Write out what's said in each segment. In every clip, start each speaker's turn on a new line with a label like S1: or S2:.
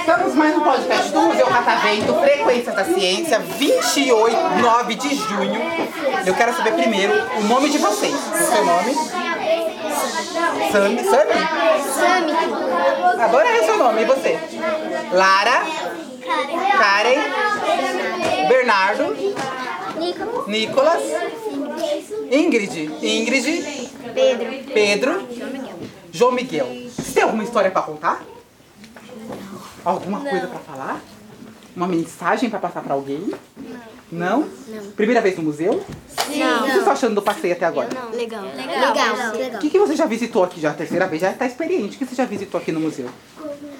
S1: Estamos mais no podcast do Museu Catavento, Frequência da Ciência, 28, 9 de junho. Eu quero saber primeiro o nome de vocês. O seu nome? Sami. Sami?
S2: Sami.
S1: Adorei o seu nome. E você? Lara, Karen, Bernardo,
S2: Nico.
S1: Nicolas, Ingrid, Ingrid,
S2: Pedro.
S1: Pedro, João Miguel. Você tem alguma história pra contar? Alguma coisa pra falar? Uma mensagem pra passar pra alguém? Não. Primeira vez no museu? O que vocês estão achando do passeio até agora?
S2: Legal. Legal. Legal.
S1: O que, que você já visitou aqui já? A terceira vez já está experiente. O que você já visitou aqui no museu?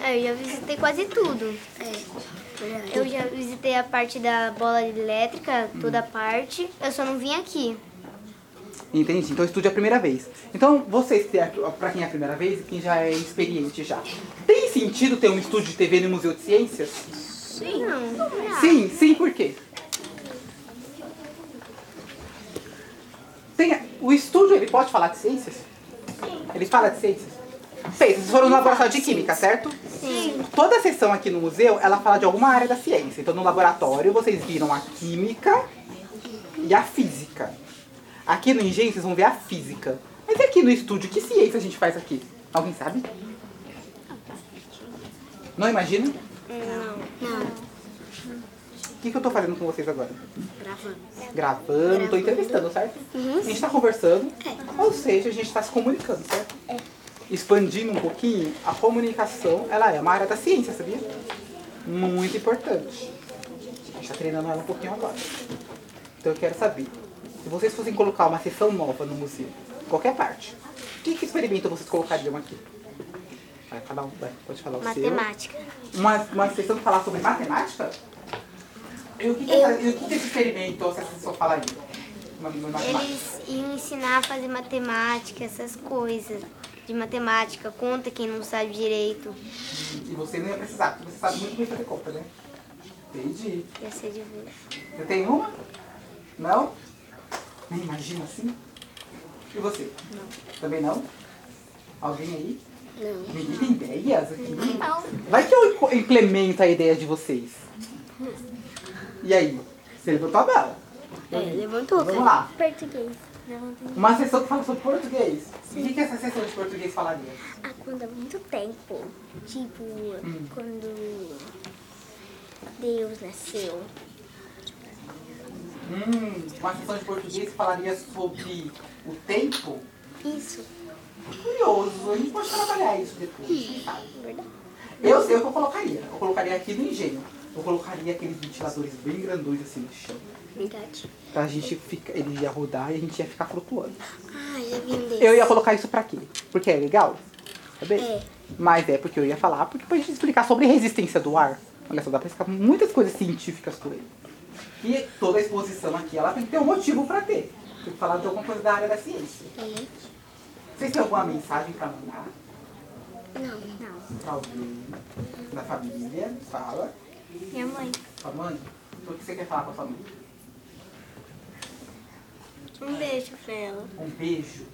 S2: Ah, Eu já visitei quase tudo. É, Eu já visitei a parte da bola elétrica, toda a parte. Eu só não vim aqui.
S1: Entendi. Então estude a primeira vez. Então, vocês, para quem é a primeira vez e quem já é experiente já, tem sentido ter um estúdio de TV no Museu de Ciências?
S2: Sim. Não.
S1: Sim, sim, por quê? Tem, a- o estúdio, ele pode falar de ciências? Ele fala de ciências? Sei, vocês foram no laboratório de química, certo?
S2: Sim.
S1: Toda a sessão aqui no museu, ela fala de alguma área da ciência. Então, no laboratório, vocês viram a química e a física. Aqui no Engenho, vocês vão ver a física. Mas e aqui no estúdio, que ciência a gente faz aqui? Alguém sabe? Não imagina? O que, que eu tô fazendo com vocês agora? Gravando, tô entrevistando, certo? A gente tá conversando, ou seja, a gente tá se comunicando, certo? Expandindo um pouquinho, a comunicação, ela é uma área da ciência, sabia? Muito importante. A gente tá treinando ela um pouquinho agora. Então eu quero saber, se vocês fossem colocar uma sessão nova no museu, qualquer parte, o que, que experimento vocês colocariam aqui? Vai, cada um, vai, pode falar o
S2: Matemática.
S1: seu. Uma, uma sessão que falar sobre matemática? E o que, que, essa- e o que que esse experimento, ou essa sessão falaria? Uma- uma matemática?
S2: Eles iam ensinar a fazer matemática, essas coisas de matemática. Conta quem não sabe direito.
S1: E você não ia precisar, porque você sabe muito bem fazer conta, né? Entendi.
S2: Ia ser difícil.
S1: Você tem uma? Não? Nem imagina assim? E você? Não. Também não? Alguém aí? Não. Ninguém tem ideias aqui? Não. Vai que eu inco- implemento a ideia de vocês. Hum. E aí? Você levantou a bala.
S2: É, levantou.
S1: Vamos lá.
S2: Português.
S1: Uma sessão que fala sobre português. O que, que essa sessão de português falaria?
S2: Ah, quando há muito tempo, tipo,
S1: Hum.
S2: quando Deus nasceu.
S1: Hum, uma sessão de português falaria sobre o tempo?
S2: Isso.
S1: curioso, a gente pode trabalhar isso depois. quem sabe? Eu sei o que eu colocaria. Eu colocaria aqui no engenho. Eu colocaria aqueles ventiladores bem grandões assim no chão.
S2: Verdade.
S1: Pra gente ficar. Ele ia rodar e a gente ia ficar flutuando.
S2: Ah, já vi um desse.
S1: Eu ia colocar isso pra quê? Porque é legal? Sabe?
S2: É.
S1: Mas é porque eu ia falar, porque pra gente explicar sobre resistência do ar. Olha só, dá pra explicar muitas coisas científicas por ele. E toda a exposição aqui, ela tem que ter um motivo pra ter. Tem que falar de alguma coisa da área da ciência.
S2: É.
S1: Vocês têm alguma mensagem pra mandar?
S2: Não, não.
S1: pra alguém da família, fala.
S2: Minha mãe.
S1: Sua mãe, o que você quer falar pra sua mãe?
S2: Um beijo pra ela.
S1: Um beijo.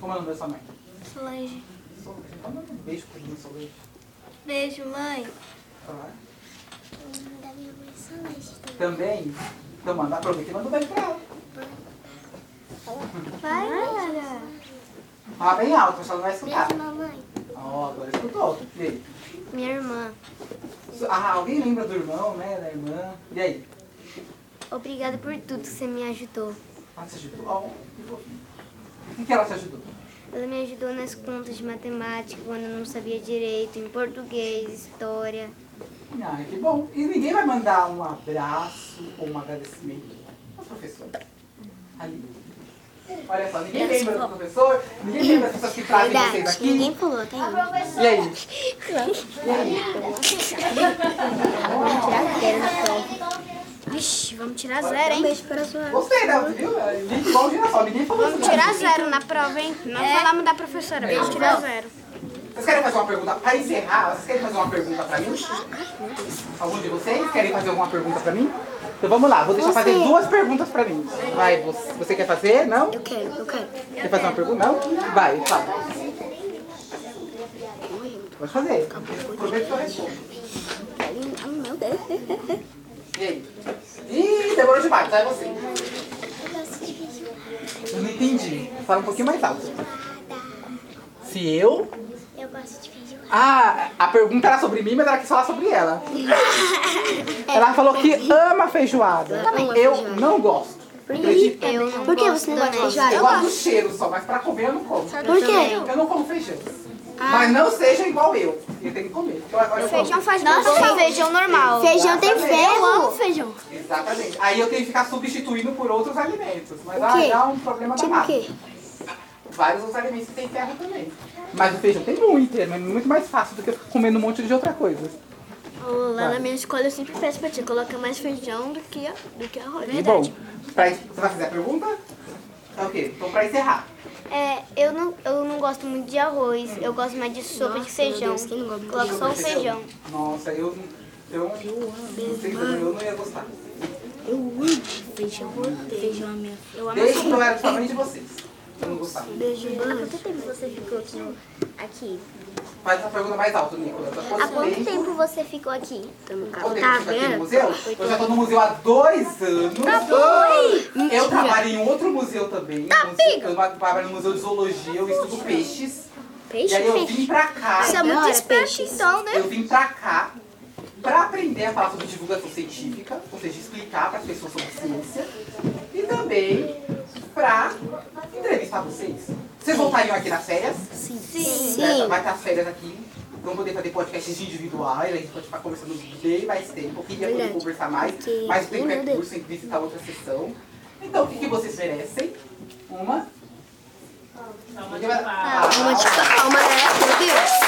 S1: Como é o nome da sua mãe?
S2: Solange.
S1: Solange. Então manda um beijo pra mim, Solange.
S2: Beijo, mãe.
S1: Tá?
S2: Da minha mãe Solange também.
S1: Também, então manda, aproveita e manda um beijo pra ela.
S2: Vai, Lara.
S1: Fala Ah, bem alto, senão ela vai escutar.
S2: mamãe.
S1: Ó, agora escutou. E aí?
S2: Minha irmã.
S1: Ah, alguém lembra do irmão, né? Da irmã. E aí?
S2: Obrigada por tudo que você me ajudou.
S1: Ela te ajudou? Ó, que fofinho. O que que ela te ajudou?
S2: Ela me ajudou nas contas de matemática, quando eu não sabia direito, em português, história.
S1: Ah, que bom. E ninguém vai mandar um abraço ou um agradecimento aos professores. Ali. Olha só, ninguém lembra do professor, ninguém lembra das pessoas que trazem vocês aqui.
S2: falou, tá
S1: E aí?
S2: Vixe, vamos tirar zero, hein? beijo para sua
S1: Gostei dela, viu? É Gente, igual girassol, ninguém falou isso. né?
S2: Vamos tirar zero na prova, hein? Não falamos da professora, vamos tirar zero.
S1: Você querem fazer uma pergunta? Para encerrar, vocês querem fazer uma pergunta para mim? Algum de vocês querem fazer alguma pergunta para mim? Então vamos lá, vou deixar fazer duas perguntas para mim. Vai, você, você quer fazer? Não?
S3: Eu quero, eu quero.
S1: Quer fazer uma pergunta? Não? Vai, fala. Pode fazer. Aproveita sua resposta.
S3: Ah, Meu Deus.
S1: E aí? Ih, demorou demais, tá? É você. Eu não entendi. Fala um pouquinho mais alto. Se eu
S2: Eu gosto de feijoada.
S1: Ah, a pergunta era sobre mim, mas ela quis falar sobre ela. Ela falou que ama feijoada.
S3: Tá
S1: Eu não gosto. Acredita?
S2: Eu não
S3: Por que
S2: gosto
S3: você não gosta de
S2: também.
S3: feijoada?
S1: Eu gosto do cheiro só, mas pra comer eu não como.
S3: Por quê? Ah.
S1: Eu não como feijão. Mas não seja igual eu. Eu tenho que comer. Então agora eu como.
S3: faz
S2: Nossa, feijão normal.
S3: Feijão tem
S1: Exatamente.
S3: ferro.
S1: Eu amo
S3: feijão.
S1: Exatamente. Aí eu tenho que ficar substituindo por outros alimentos. Mas ah,
S3: quê?
S1: dá um problema
S3: Tipo o
S1: danado.
S3: quê?
S1: Vários outros alimentos que tem ferro também. Mas o feijão tem muito, é muito mais fácil do que eu ficar comendo um monte de outra coisa.
S3: Lá na minha escola eu sempre peço pra tia colocar mais feijão do que, do que arroz.
S1: E bom, pra, você vai fazer a pergunta? É o quê? Então pra encerrar.
S2: É, eu não, eu não gosto muito de arroz. Eu gosto mais de sopa de feijão.
S3: Deus, quem não gosta de
S2: Coloco
S4: um
S2: só o feijão.
S1: Nossa, eu não. Eu não sei como eu não ia gostar.
S3: Eu amo feijão. Feijão é minha. Eu amo
S1: Desde que eu era somente de vocês. Eu não gostava.
S3: feijão.
S4: Quanto tempo você ficou aqui? no- aqui?
S1: Faz essa pergunta mais alta, Nicolas. Eu tô
S4: Há quanto
S1: bem-
S4: tempo Tá você ficou aqui?
S1: Quanto tempo eu fico aqui no
S2: Tá
S1: museu? Eu já tô no museu há dois anos.
S4: Tá
S1: Eu trabalho em outro museu também. um museu- Eu trabalho no museu de zoologia, eu estudo peixes.
S4: Peixe?
S1: e aí eu vim pra cá.
S4: Você é muito esperto, então, né?
S1: Eu vim pra cá pra aprender a falar sobre divulgação científica, ou seja, explicar para as pessoas sobre ciência, e também pra entrevistar vocês. Vocês voltariam aqui nas férias? Sim. Sim. Vai estar as férias aqui. Vamos poder fazer podcasts individuais, a gente pode ficar conversando bem mais tempo. Eu queria poder conversar mais, mas o tempo é curto, tem que visitar outra sessão. Então, o que, que vocês merecem? Uma? Uma de
S2: Ah, é,
S3: Uma de palma, né? Meu Deus.